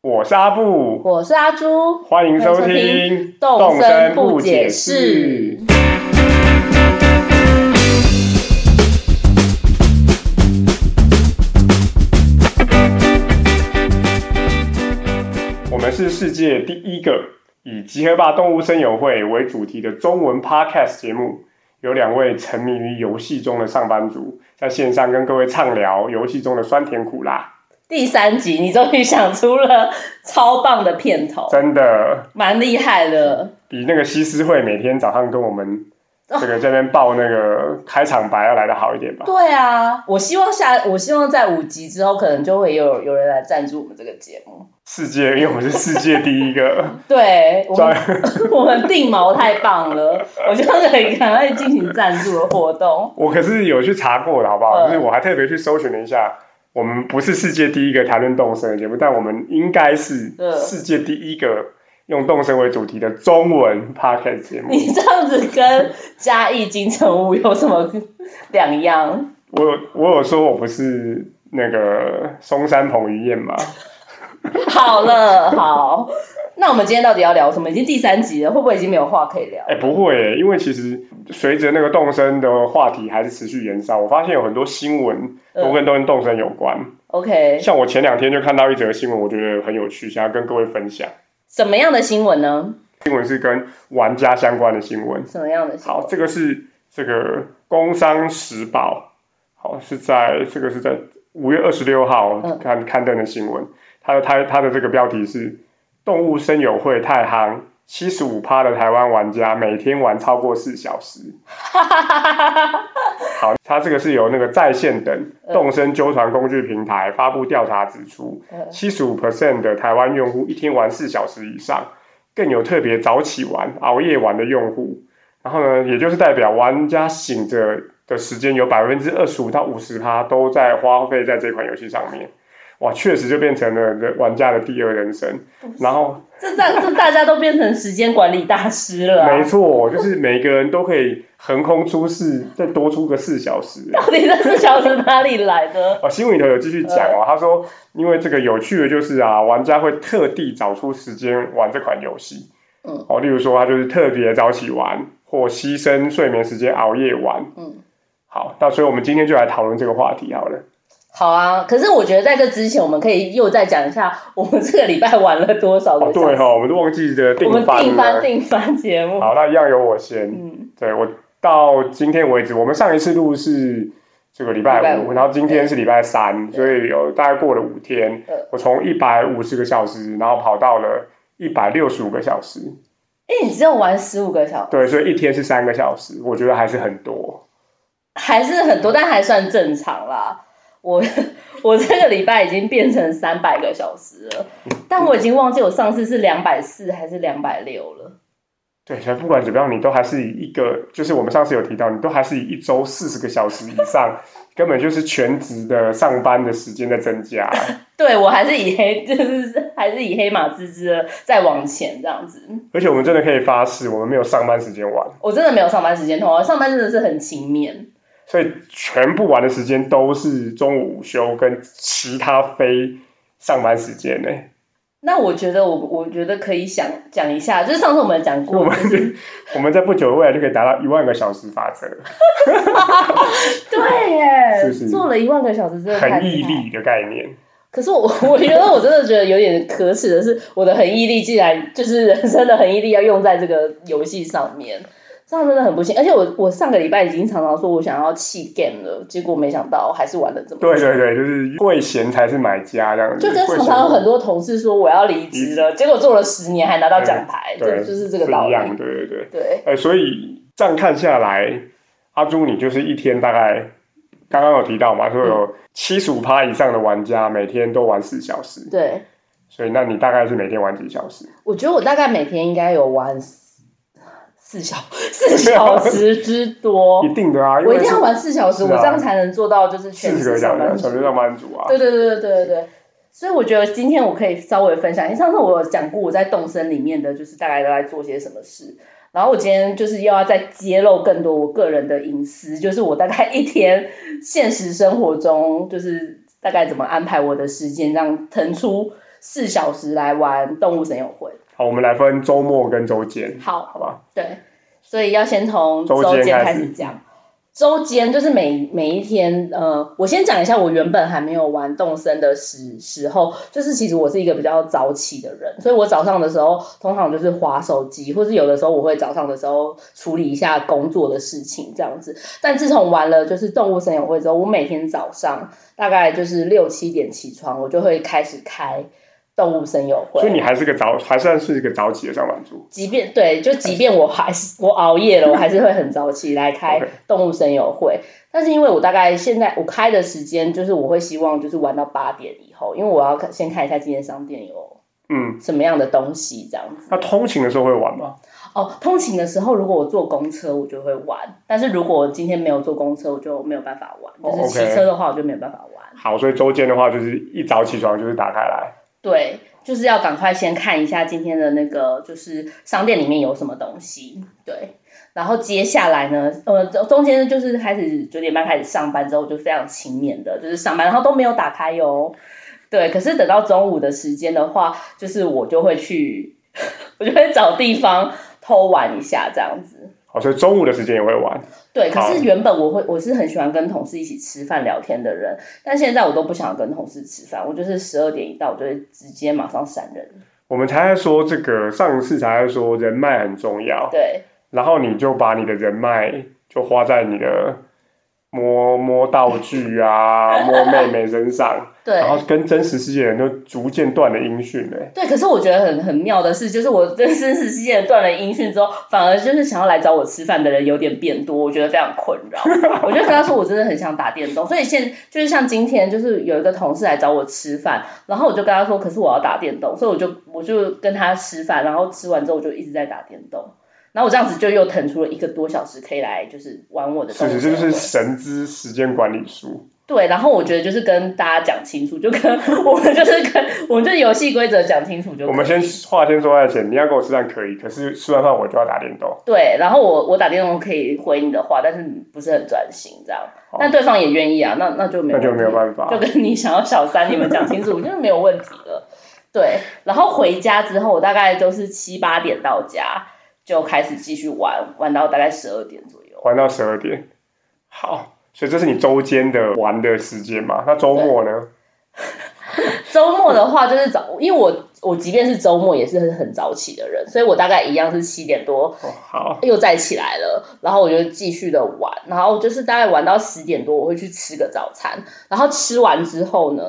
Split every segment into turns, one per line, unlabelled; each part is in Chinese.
我是阿布，
我是阿朱，
欢迎收
欢迎收
听
听动声不解释。
我们是世界第一个以集合吧动物声友会为主题的中文 podcast 节目，有两位沉迷于游戏中的上班族，在线上跟各位畅聊游戏中的酸甜苦辣，
第三集，你终于想出了超棒的片头，
真的
蛮厉害的。
比那个西施会每天早上跟我们这个这边报那个开场白要来的好一点吧。
对啊，我希望下，我希望在五集之后，可能就会有有人来赞助我们这个节目。
世界，因为我们是世界第一 个，
对，我
专
们 我们定毛太棒了， 我希望可以赶快进行赞助的活动。
我可是有去查过的好不好？
嗯
就是我还特别去搜寻了一下，我们不是世界第一个谈论动身的节目，但我们应该是
嗯
世界第一个用动身为主题的中文 podcast 节目。
你这样子跟嘉义金城武有什么两样？
我有我有说我不是那个松山彭于晏嘛？
好了，好，那我们今天到底要聊什么？已经第三集了，会不会已经没有话可以聊？
哎、不会耶，因为其实随着那个动身的话题还是持续延烧，我发现有很多新闻都跟都跟动身有关。
OK，
像我前两天就看到一则新闻，我觉得很有趣，想要跟各位分享。
什么样的新闻呢？
新闻是跟玩家相关的新闻。
什么样的新闻？
好，这个是这个《工商时报》，好是在这个是在五月二十六号
嗯
刊刊登的新闻。它的它它的这个标题是“动物声友会太夯，七十五趴的台湾玩家每天玩超过四小 时”。好，它这个是由那个在线等
嗯
动声纠团工具平台发布调查指出，
呃
七十五 percent 的台湾用户一天玩四小时以上，更有特别早起玩、熬夜玩的用户。然后呢，也就是代表玩家醒着的时间有百分之二十五到五十趴都在花费在这款游戏上面。哇，确实就变成了这玩家的第二人生。然后，
这这这大家都变成时间管理大师了啊、
没错，就是每个人都可以横空出世，再多出个四小时。
到底这四小时哪里来的？
哦，新闻里头有继续讲哦，他说，因为这个有趣的就是啊，玩家会特地找出时间玩这款游戏，
嗯，
哦，例如说他就是特别早起玩，或牺牲睡眠时间熬夜玩，
嗯，
好，那所以我们今天就来讨论这个话题好了。
好啊，可是我觉得在这之前，我们可以又再讲一下， 我们这个礼拜玩了多少
哦，
个
对
小时。
哈、哦，我们都忘记了
我
定
们定
番
番
了。
定番节目。
好，那一样由我先，
嗯，
对我到今天为止，我们上一次录是这个礼拜
礼拜
五，
五
然后今天是礼拜三，
对
所以有大概过了五天
嗯，
我从一百五十个小时，然后跑到了一百六十五个小时，
哎、你只有玩十五个小时，
对，所以一天是三个小时，我觉得还是很多。
还是很多，但还算正常啦。我 我这个礼拜已经变成三百个小时了，但我已经忘记我上次是两百四还是两百六了。
对，所以不管怎么样，你都还是以一个，就是我们上次有提到，你都还是以一周四十个小时以上，根本就是全职的上班的时间在增加。
对我还是以黑，就是还是以黑马之姿的再往前这样子。
而且我们真的可以发誓，我们没有上班时间玩，
我真的没有上班时间通啊，上班真的是很勤勉。
所以全部玩的时间都是中午午休跟其他非上班时间呢、
那我觉得我我觉得可以想讲一下，就是上次我们讲
我
过，
们
就是
我们在不久的未来就可以达到一万个小时法则，
对耶，
是是
做了一万个小时真的太
很毅
厉害。
力的概念。
可是我我觉得我真的觉得有点可耻的是，我的恒毅力竟然就是人生的恒毅力要用在这个游戏上面，这样真的很不行。而且我我上个礼拜已经常常说我想要弃 game 了，结果没想到还是玩的这么
对对对，就是会闲才是买家这样子。
就跟
会
常
闲
常有很多同事说我要离职了，结果做了十年还拿到奖牌，
对
就就是这个
是
道
一
理。
样，对对对。
对，
呃，所以这样看下来，阿朱你就是一天大概刚刚有提到嘛，说
嗯
有七十五趴以上的玩家每天都玩四小时，
对，
所以那你大概是每天玩几小时？
我觉得我大概每天应该有玩四四小四小时之多，
一定的 啊，因
哦我一
为
定
是
要玩四小时，
是啊
我这样才能做到就是全
四十
职
个小
上班
时，
族
全。是上班族啊。
对对对对对对。所以我觉得今天我可以稍微分享，因为上次我有讲过我在动森里面的就是大概都在做些什么事，然后我今天就是又要再揭露更多我个人的隐私，就是我大概一天现实生活中就是大概怎么安排我的时间，这样腾出四小时来玩动物森友会。
好，我们来分周末跟周间，
好，
好吧？
对，所以要先从
周
周
间
间
开
开
始
始讲。周间就是每每一天，呃，我先讲一下我原本还没有玩动森的时时候，就是其实我是一个比较早起的人，所以我早上的时候通常就是划手机，或是有的时候我会早上的时候处理一下工作的事情这样子。但自从玩了就是动物森友会之后，我每天早上大概就是六七点起床，我就会开始开动物森友会。
所以你还是个早，还算是一个早起的上班族。
即便对，就即便我还是我熬夜了，我还是会很早起来 开
OK
动物森友会。但是因为我大概现在我开的时间，就是我会希望就是玩到八点以后，因为我要看先看一下今天商店有
嗯，
什么样的东西这样子。
那通勤的时候会玩吗？
哦，通勤的时候如果我坐公车，我就会玩；但是如果我今天没有坐公车，我就没有办法玩。
哦
就是骑
OK
车的话，我就没有办法玩。
好，所以周间的话就是一早起床就是打开来，
对，就是要赶快先看一下今天的那个，就是商店里面有什么东西。对，然后接下来呢，呃，中中间就是开始九点半开始上班之后，我就非常勤勉的，就是上班，然后都没有打开哟。对，可是等到中午的时间的话，就是我就会去， 我就会找地方偷玩一下这样子。
好，所以中午的时间也会玩。
对，可
好
是原本我会我是很喜欢跟同事一起吃饭聊天的人，但现在我都不想跟同事吃饭，我就是十二点一到，我就会直接马上闪人。
我们才在说这个，上一次才在说人脉很重要，
对，
然后你就把你的人脉就花在你的摸摸道具啊、摸妹妹身上，
对
然后跟真实世界的人都逐渐断了音讯嘞、
对，可是我觉得很很妙的是，就是我跟真实世界断了音讯之后，反而就是想要来找我吃饭的人有点变多，我觉得非常困 扰。我就跟他说，我真的很想打电动，所以现就是像今天，就是有一个同事来找我吃饭，然后我就跟他说，可是我要打电动，所以我就我就跟他吃饭，然后吃完之后我就一直在打电动，然后我这样子就又腾出了一个多小时可以来就是玩我的
是
东西。
是，这就是神之时间管理术。
对，然后我觉得就是跟大家讲清楚，就跟 我们就是跟我们就是游戏规则讲清楚就可以了。
我们先话先说在前，你要跟我吃饭可以，可是吃完饭我就要打电动。
对，然后我我打电话可以回你的话，但是不是很专心这样
好，
但对方也愿意啊，那那就没有
那就
问
没有
题
办法
就跟你想要小三你们讲 清楚，就是没有问题了。对，然后回家之后，我大概都是七八点到家，就开始继续玩，玩到大概十二点左右。
玩到十二点。好，所以这是你周间的玩的时间嘛？那周末呢？
周末的话就是早，因为我我即便是周末也是很很早起的人，所以我大概一样是七点多
哦，好，
又再起来了，然后我就继续的玩，然后就是大概玩到十点多，我会去吃个早餐，然后吃完之后呢，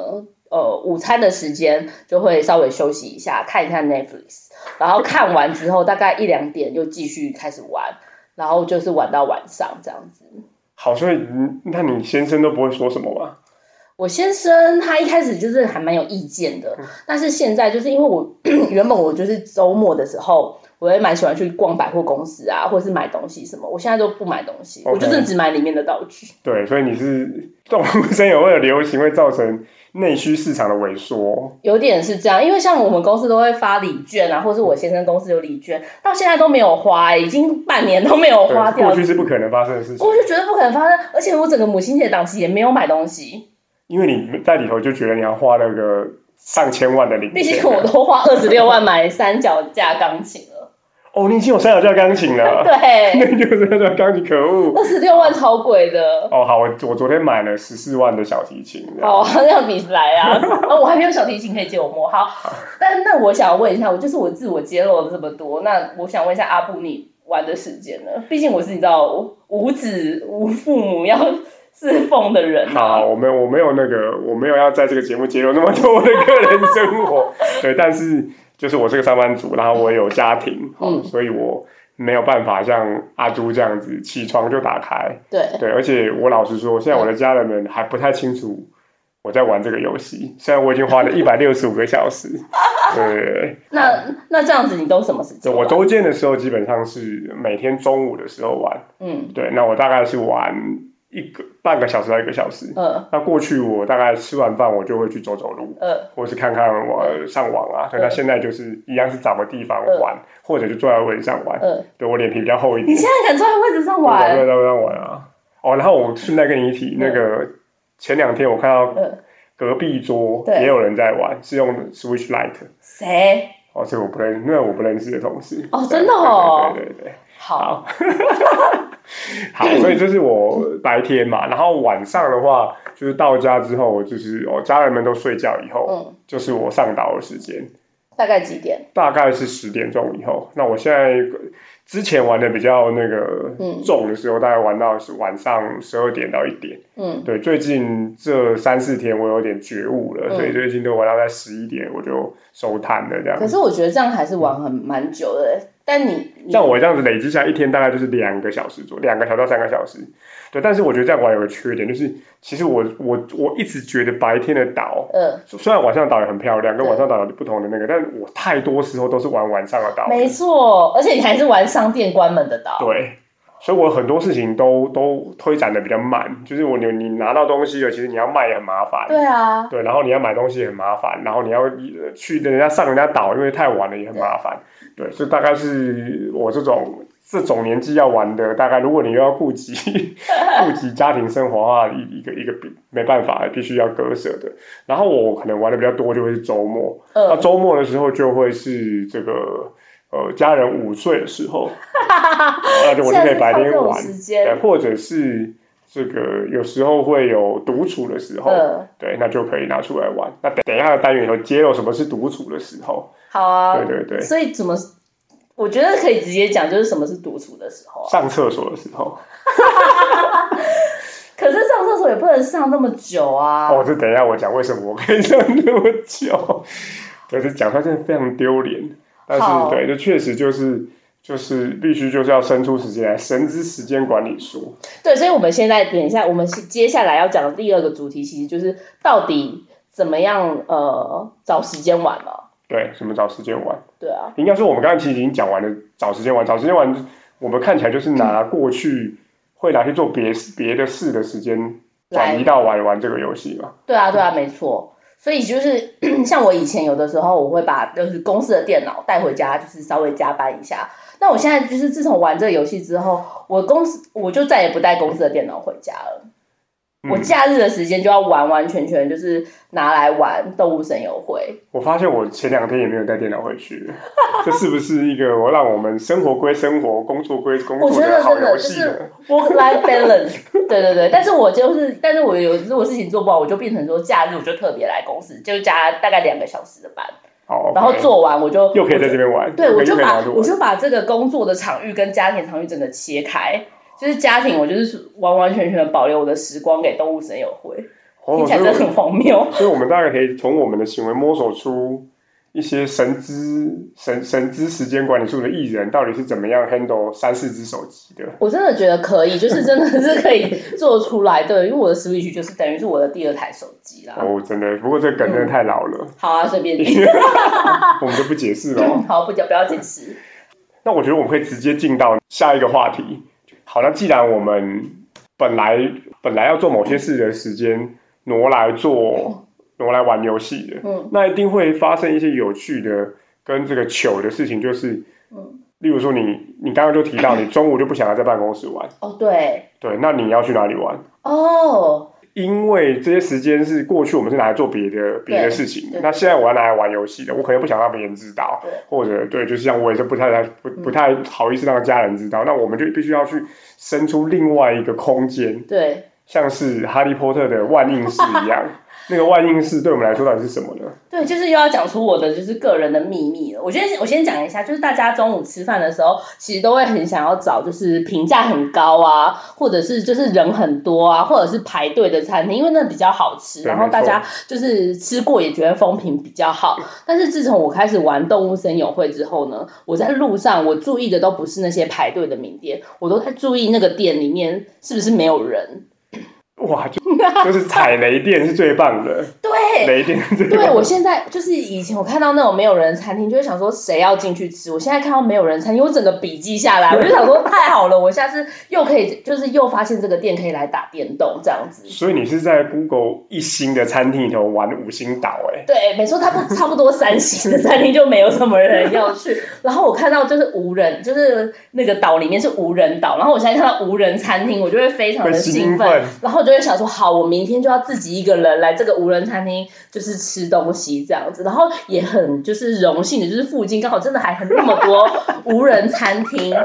呃，午餐的时间就会稍微休息一下，看一下 Netflix，然后看完之后大概一两点又继续开始玩，然后就是玩到晚上这样子。
好，所以你那你先生都不会说什么吗？
我先生他一开始就是还蛮有意见的，
嗯
但是现在就是因为我 原本我就是周末的时候，我也蛮喜欢去逛百货公司啊，或是买东西什么。我现在都不买东西
OK
我就是只买里面的道具。
对，所以你是动物森友会的流行会造成内需市场的萎缩，
有点是这样，因为像我们公司都会发礼券啊，或是我先生公司有礼券，到现在都没有花、欸已经半年都没有花
对，
掉
过。去是不可能发生的事情，
我就觉得不可能发生，而且我整个母亲节档期也没有买东西，
因为你在里头就觉得你要花那个上千万的零
毕
钱
竟我
了。
都花二十六万买三脚架钢琴了。
哦，你已经有三角架钢琴了，
对，
那你就是三角架钢琴，可恶。
二十六万超贵的。
哦，好，我我昨天买了十四万的小提琴，这样
哦， 那样比来啊！ 哦，我还没有小提琴可以借我摸。好，但那我想问一下，我就是我自我揭露了这么多，那我想问一下阿布，你玩的时间呢？毕竟我是你知道无子无父母要侍奉的人啊。
好，我们我没有那个，我没有要在这个节目揭露那么多我的个人生活，对，但是就是我是个上班族，然后我有家庭，好
嗯
所以我没有办法像阿朱这样子起床就打开，
对，
对，而且我老实说，现在我的家人们还不太清楚我在玩这个游戏，虽然我已经花了一百六十五个小时，对，
那那这样子你都什么时
对
间玩？
我周间的时候基本上是每天中午的时候玩，
嗯
对，那我大概是玩一个半个小时到一个小时。
呃
那过去我大概吃完饭我就会去走走路，
呃
或是看看我上网啊。
嗯
对，那现在就是一样是找个地方玩，或者就坐在位置上玩。
呃，
对我脸皮比较厚一
嗯你
点，
现在敢坐在位置上
对
玩？嗯
我坐在位置上玩啊。哦，然后我顺带跟你一提，那个前两天我看到
呃
隔壁桌
对
也有人在玩，是用 Switch Lite。
谁？
哦，这个我不认，那我不认识的同事。
哦
对
真的哦
对对对对对
好，
好，所以这是我白天嘛，然后晚上的话，就是到家之后，就是哦，家人们都睡觉以后，
嗯，
就是我上岛的时间，
大概几点？
大概是十点钟以后。那我现在之前玩的比较那个
嗯
重的时候，大概玩到是晚上十二点到一点。
嗯，
对，最近这三四天我有点觉悟了，
嗯
所以最近都玩到在十一点，我就收摊了这样
可。是我觉得这样还是玩很蛮久的，但你你
像我这样子累积下来一天大概就是两个小时左右，两个小时到三个小时。对，但是我觉得这样玩有个缺点，就是其实我我我一直觉得白天的岛，
呃，
虽然晚上岛也很漂亮，跟
对
晚上岛有不同的那个，但我太多时候都是玩晚上的岛。
没错，而且你还是玩商店关门的岛，
对，所以我很多事情都都推展的比较慢，就是我你你拿到东西了，其实你要卖也很麻烦。
对 啊，
对，然后你要买东西也很麻烦，然后你要呃去人家上人家岛，因为太晚了也很麻烦。对，所以大概是我这种这种年纪要玩的，大概如果你又要顾及 顾及家庭生活的话，一一个一个比没办法，必须要割舍的。然后我可能玩的比较多就会是周末，那
呃，
周末的时候就会是这个呃家人午睡的时 候，那就我就可以白
现在是靠这
天
种
玩，
时
对，
间，
或者是这个有时候会有独处的时候。
呃，
对，那就可以拿出来玩。那等等一下的单元有揭露什么是独处的时候，
好啊，
对对对，
所以怎么？我觉得可以直接讲，就是什么是独处的时候啊。
上厕所的时候，
可是上厕所也不能上那么久啊。
哦，这等一下我讲为什么我可以上那么久， 对，这讲出来真的非常丢脸，但
好
是对，这确实就是就是必须就是要生出时间来，神之时间管理术，
对，所以我们现在等一下，我们是接下来要讲的第二个主题，其实就是到底怎么样呃找时间玩嘛。
对，什么找时间玩，
对啊，
应该说我们刚才其实已经讲完了找时间玩，找时间玩，我们看起来就是拿过去会拿去做别别的事的时间转移
来，
到玩玩这个游戏嘛。
对啊，对啊，没错。所以就是 像我以前有的时候，我会把就是公司的电脑带回家，就是稍微加班一下。那我现在就是自从玩这个游戏之后，我公司我就再也不带公司的电脑回家了。
嗯
我假日的时间就要完完全全就是拿来玩《动物神游会
我发现我前两天也没有带电脑回去，这是不是一个我让我们生活归生活，工作归工
我觉
作
得
的好
真的
游
就
戏哦
是
呢？
work life balance，对对对，但是我就是，但是我有如果事情做不好，我就变成说假日我就特别来公司，就加大概两个小时的班，
好，
然后
OK
做完我就
又可以在这边玩，
对，
又可
我
以
就
拿
把
着
我就把这个工作的场域跟家庭场域整个切开，就是家庭我就是完完全全的保留我的时光给动物神友会，
哦，
听起
所
来
以
真的很荒谬。
所以我们大概可以从我们的行为摸索出一些神之神神之时间管理术的艺人到底是怎么样 handle 三四只手机的。哦
我真的觉得可以，就是真的是可以做出来的，因为我的 Switch 就是等于是我的第二台手机啦。
哦，真的，不过这个梗真的太老了，
好啊，随 便你。
我们就不解释了。哦
好，不讲，不要解释。
那我觉得我们可以直接进到下一个话题。好，那既然我们本来本来要做某些事的时间挪来做挪来玩游戏的，
嗯
那一定会发生一些有趣的跟这个糗的事情，就是
嗯，
例如说你你刚刚就提到你中午就不想要在办公室玩，
哦对，
对，那你要去哪里玩？
哦
因为这些时间是过去我们是拿来做别的别的事情的
对，
那现在我要拿来玩游戏的，我可能不想让别人知道
对，嗯
或者对，就是像我也是不太太不不太好意思让家人知道，那我们就必须要去生出另外一个空间，
对，
像是哈利波特的万应室一 样，那个万应室对我们来说到底是什么呢？
对，就是又要讲出我的就是个人的秘密了。我先我先讲一下，就是大家中午吃饭的时候，其实都会很想要找就是评价很高啊，或者是就是人很多啊，或者是排队的餐厅，因为那比较好吃，
对
然后
没
大
错
家就是吃过也觉得风评比较好。但是自从我开始玩动物森友会之后呢，我在路上我注意的都不是那些排队的名店，我都在注意那个店里面是不是没有人。
哇， 就就是踩雷电是最棒的，
对，
雷电是最棒
对，
的。
我现在就是以前我看到那种没有人的餐厅，就会想说谁要进去吃。我现在看到没有人的餐厅，我整个笔记下来，我就想说太好了，我下次又可以就是又发现这个店可以来打电动这样子。
所以你是在 Google 一星的餐厅里头玩五星岛哎、
对，没错，它不差不多三星的餐厅就没有什么人 要去。然后我看到就是无人，就是那个岛里面是无人岛，然后我现在看到无人餐厅，我就会非常的
会兴
兴奋
奋，
然后我就会想说，好，我明天就要自己一个人来这个无人餐厅，就是吃东西这样子。然后也很就是荣幸的，就是附近刚好真的还很那么多无人餐 厅，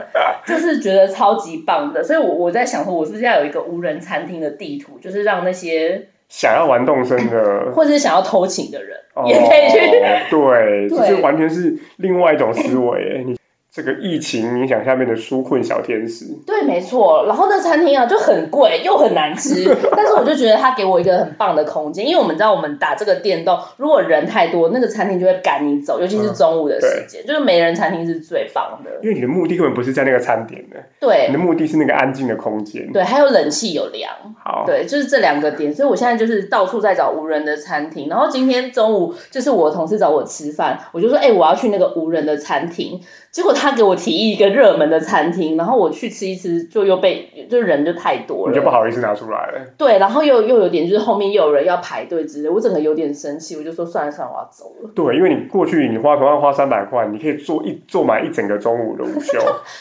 就是觉得超级棒的。所以我我在想说，我是不是要有一个无人餐厅的地图，就是让那些
想要玩动身 的
或者是想要偷情的人、
哦，
也可以去。
对，
对
这就完全是另外一种思维 耶。你这个疫情影响下面的纾困小天使，
对，没错。然后那餐厅啊就很贵又很 难吃，但是我就觉得它给我一个很棒的空间，因为我们知道我们打这个电动，如果人太多，那个餐厅就会赶你走，尤其是中午的时间，就是没人餐厅是最棒的。
因为你的目的根本不是在那个餐点的，你
对
的目的是那个安静的空间。
对，还有冷气有凉，
好，
对，就是这两个点，所以我现在就是到处在找无人的餐厅。然后今天中午就是我同事找我吃饭，我就说，哎、我要去那个无人的餐厅。结果他给我提议一个热门的餐厅，然后我去吃一吃，就又被就人就太多
你
了
就，不好意思拿出来了。
对，然后又又有点就是后面又有人要排队之类，我整个有点生气，我就说算了算了，我要走了。
对，因为你过去你花同样花三百块，你可以做一做满一整个中午的午 休。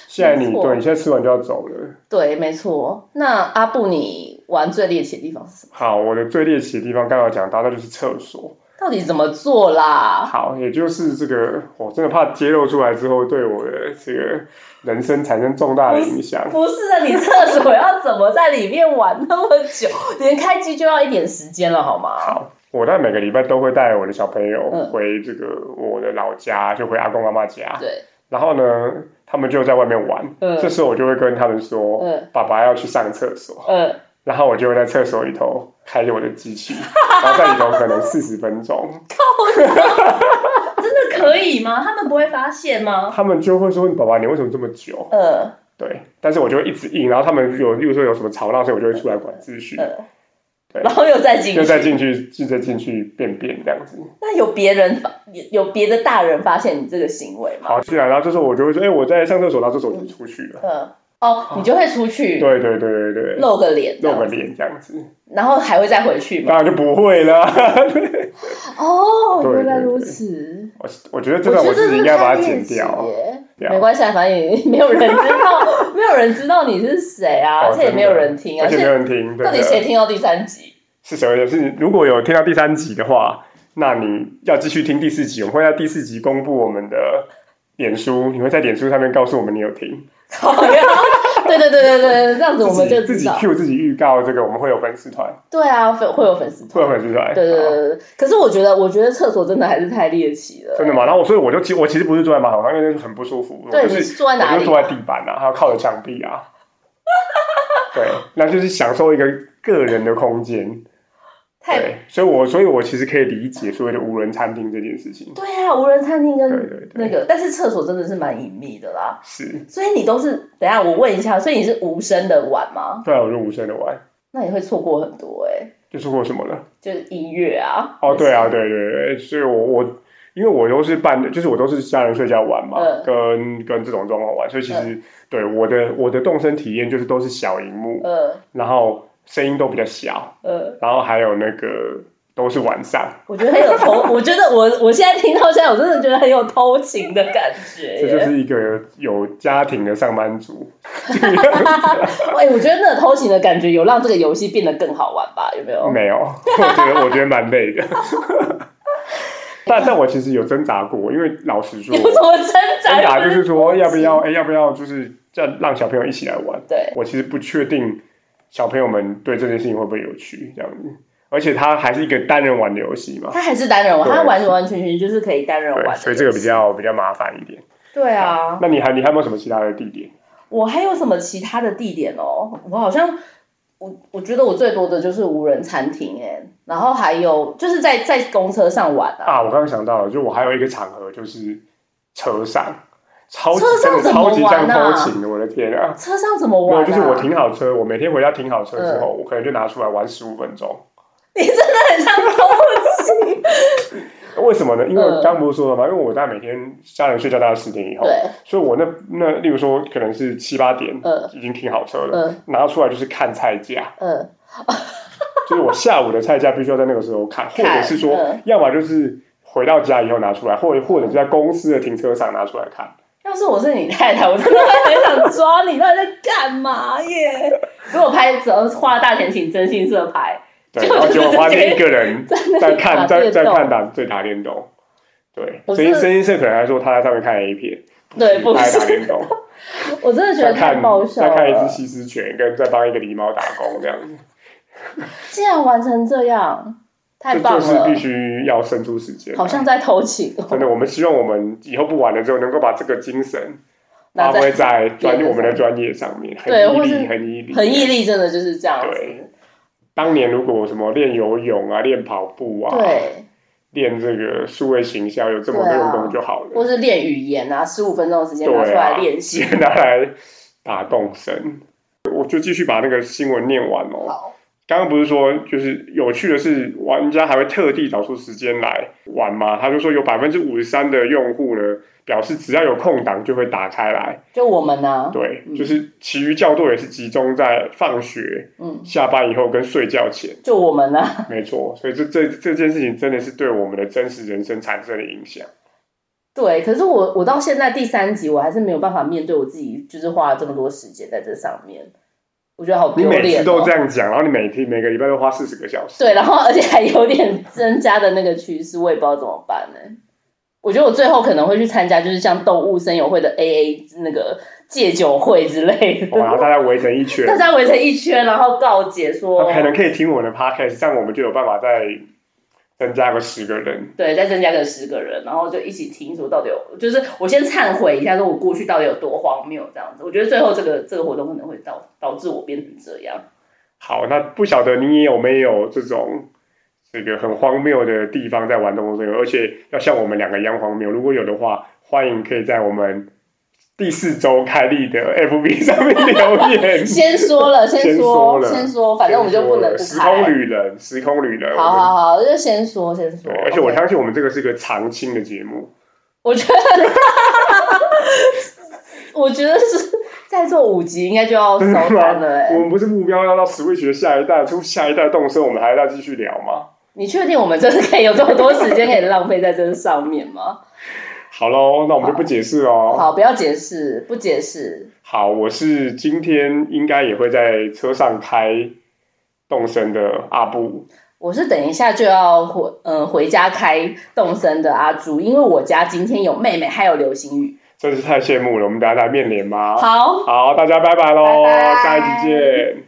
现在你
没错
对你现在吃完就要走了。
对，没错。那阿布，你玩最猎奇的地方是什么？
好，我的最猎奇的地方刚刚有讲到，那就是厕所。
到底怎么做啦？
好，也就是这个，我真的怕揭露出来之后对我的这个人生产生重大的影响。
不是啊，你厕所要怎么在里面玩那么久？连开机就要一点时间了，好吗？
好，我在每个礼拜都会带我的小朋友
嗯
回这个我的老家，就回阿公阿妈家。
对，
然后呢，他们就在外面玩。
嗯
这时候我就会跟他们说，
嗯
爸爸要去上厕所。
呃，
然后我就会在厕所里头开着我的机 器，然后在里头可能四十分钟，
真的可以吗？他们不会发现吗？
他们就会说：“爸爸，你为什么这么久
呃？”
对，但是我就会一直硬，然后他们有，例如说有什么吵闹声，我就会出来管秩序，
呃
对，
然后又再进
就再
去。
进去，就再进去便便这样子。
那有别人发有有别的大人发现你这个行为吗？
好，进来，然后这时候我就会说：“哎，我在上厕所。”然后这时候我就出去了。
嗯，哦，你就会出去
对对对对对，
露个脸，
露个脸这样子，
然后还会再回去吗？
当然就不会啦。
哦，
对
原来
对对
如此。
我我觉得这
我
段
觉
我
得
自
这
己应
是
该把
太
它
猎
剪
奇
掉。哦
耶，
掉
没关系啊，反正也没有人知道，没有人知道你是谁啊，
哦
而且也没有人听啊，
而且没有
且
人听，对
到底
对
谁听到第三集？
是什么？是如果有听到第三集的话，那你要继续听第四集，我们会在第四集公布我们的脸书，你会在脸书上面告诉我们你有听，
靠呀对对对对对，对这样子我们就
自
知
己
道。
Q 自己预告这个，我们会有粉丝团，
对啊，粉会有粉丝
会有
团。
粉丝团，
对对对
好
对对，可是我觉得，我觉得厕所真的还是太猎奇了。
真的吗？然后我所以我就其我其实不是坐在马桶上，因为很不舒服，我
对，
就
你
是
是坐在哪
我就
里？
坐在地板啊，还要靠着墙壁啊，对，那就是享受一个个人的空间，
太
对，所以我所以我其实可以理解所谓的无人餐厅这件事情，
对啊，无人餐厅
对
跟
对
那
对，
个，但是厕所真的是蛮隐秘的啦。
是，
所以你都是，等一下我问一下，所以你是无声的玩吗？
对啊，我就无声的玩。
那你会错过很多哎、
就是或什么了？
就是音乐啊。
哦，对啊，对对对，所以我我因为我都是伴，就是我都是家人睡觉玩嘛，
嗯
跟跟这种状况玩，所以其实、对我的我的动身体验就是都是小荧幕，
呃
然后声音都比较小，
呃，
然后还有那个都是晚上，
我觉得很有偷， 我觉得我我现在听到现在，我真的觉得很有偷情的感觉
这就
耶。
是一个有家庭的上班族。
哎、我觉得那个偷情的感觉有让这个游戏变得更好玩吧？有没有？
没有，我觉得我觉得蛮累的。但但我其实有挣扎过，因为老实说，
有什 么挣
挣
扎？
扎啊就是说要不要，哎，要不要就是让让小朋友一起来玩。
对，
我其实不确定小朋友们对这件事情会不会有趣这样子，而且它还是一个单人玩的游戏嘛，
他还是单人玩，
对
他完完全全就是可以单人玩
对，
的。
所以这个比较比较麻烦一点。
对啊。
那你还你还有没有什么其他的地点？
我还有什么其他的地点哦？我好像我我觉得我最多的就是无人餐厅哎，然后还有就是在在公车上玩啊。
啊，我刚刚想到了，就我还有一个场合就是车上，超级
车上
真的
怎么
超级像
玩啊
偷情的，我的天啊！
车上怎么
没有，
玩、啊？嗯
就是我停好车，我每天回家停好车之后，我可能就拿出来玩十五分钟。
你真的很像偷 情。
为什么呢？因为
嗯
刚不是说了吗？因为我在每天家人睡觉大概十点以后，
对，
所以我那那例如说可能是七八点
嗯
已经停好车了，
嗯
拿出来就是看菜价，
嗯，
就是我下午的菜价必须要在那个时候看，或
看
者是说
嗯，
要么就是回到家以后拿出来，或者或者是在公司的停车场拿出来看。
要是我是你太太，我真的会很想抓你，到底在干嘛耶？如果拍只要花大钱请真心社拍，
对，
就
然后
就
结果
是
发
觉
现
得
一个人
在那
在
里打
看在
电
在看
动，
打对打电动，对，
我
声音
是
声音社可能还说他在上面看 A 片，
对，不
他在打
是，
电动，
我真的觉
在
得太
看
爆笑
在看一只
了，
西施犬跟在帮一个狸猫打工这样子，
竟然玩成这样，太
这
棒
就是
了
必，须要生出时间来，
好像在偷 情
真
哦，
的，我们希望我们以后不玩了之后，能够把这个精神
拿
发挥在
在
专
别的
我们的
上
专业上面，很
对或
毅
是
力，很毅力，
很毅力真的就是这样
对
子，
当年如果什么练游泳啊、练跑步啊、
对，
练这个数位行销，有这么
对啊
多运动就好了。
或是练语言啊，十五分钟的时间拿出
对
来
啊，
练
直
习，
接拿来打动神。我就继续把那个新闻念完哦。
好，
刚刚不是说，就是有趣的是，玩家还会特地找出时间来玩吗？他就说有百分之五十三的用户呢，表示只要有空档就会打开来。
就我们呢，
对
嗯，
就是其余较多也是集中在放学、
嗯，
下班以后跟睡觉前。
就我们呢。啊
没错，所以这这这件事情真的是对我们的真实人生产生了影响。
对，可是我我到现在第三集，我还是没有办法面对我自己，就是花了这么多时间在这上面，我觉得好
你
丢脸、哦。
每次都这样讲，然后你每天每个礼拜都花四十个小时。
对，然后而且还有点增加的那个趋势，我也不知道怎么办呢、我觉得我最后可能会去参加，就是像动物森友会的 AA 那个戒酒会之类的，
哦然后大家围成一圈，
大家围成一圈，然后告解说，
可能可以听我的 podcast，这样我们就有办法再增加个十个人。
对，再增加个十个人，然后就一起听说到底有，就是我先忏悔一下，说我过去到底有多荒谬这样子。我觉得最后这个这个活动可能会导导致我变成这样。
好，那不晓得你有没有这种这个很荒谬的地方在玩动物森友，而且要像我们两个一样荒谬。如果有的话，欢迎可以在我们第四周开立的 FB 上面留言。
先说了，先
先
说
说，了
先说，反正我们就不能不
时空
开。
旅人，时空旅人，
好
我们
好好，就先说，先说。
对，而且我
OK
相信我们这个是一个常青的节目，
我觉得，我觉得是再做五集应该就要收摊了、
我
欸。
们不是目标要到 Switch 的下一代出下一代动身，我们还要再继续聊吗？
你确定我们真的可以有这么多时间可以浪费在这上面吗？
好喽，那我们就不解释哦。
好，不要解释，不解释。
好，我是今天应该也会在车上开动身的阿布，
我是等一下就要回嗯、回家开动森的阿朱，因为我家今天有妹妹还有流星雨。
真是太羡慕了。我们等一下来面连吧。
好，
好，大家拜拜喽，
拜拜
下一集见。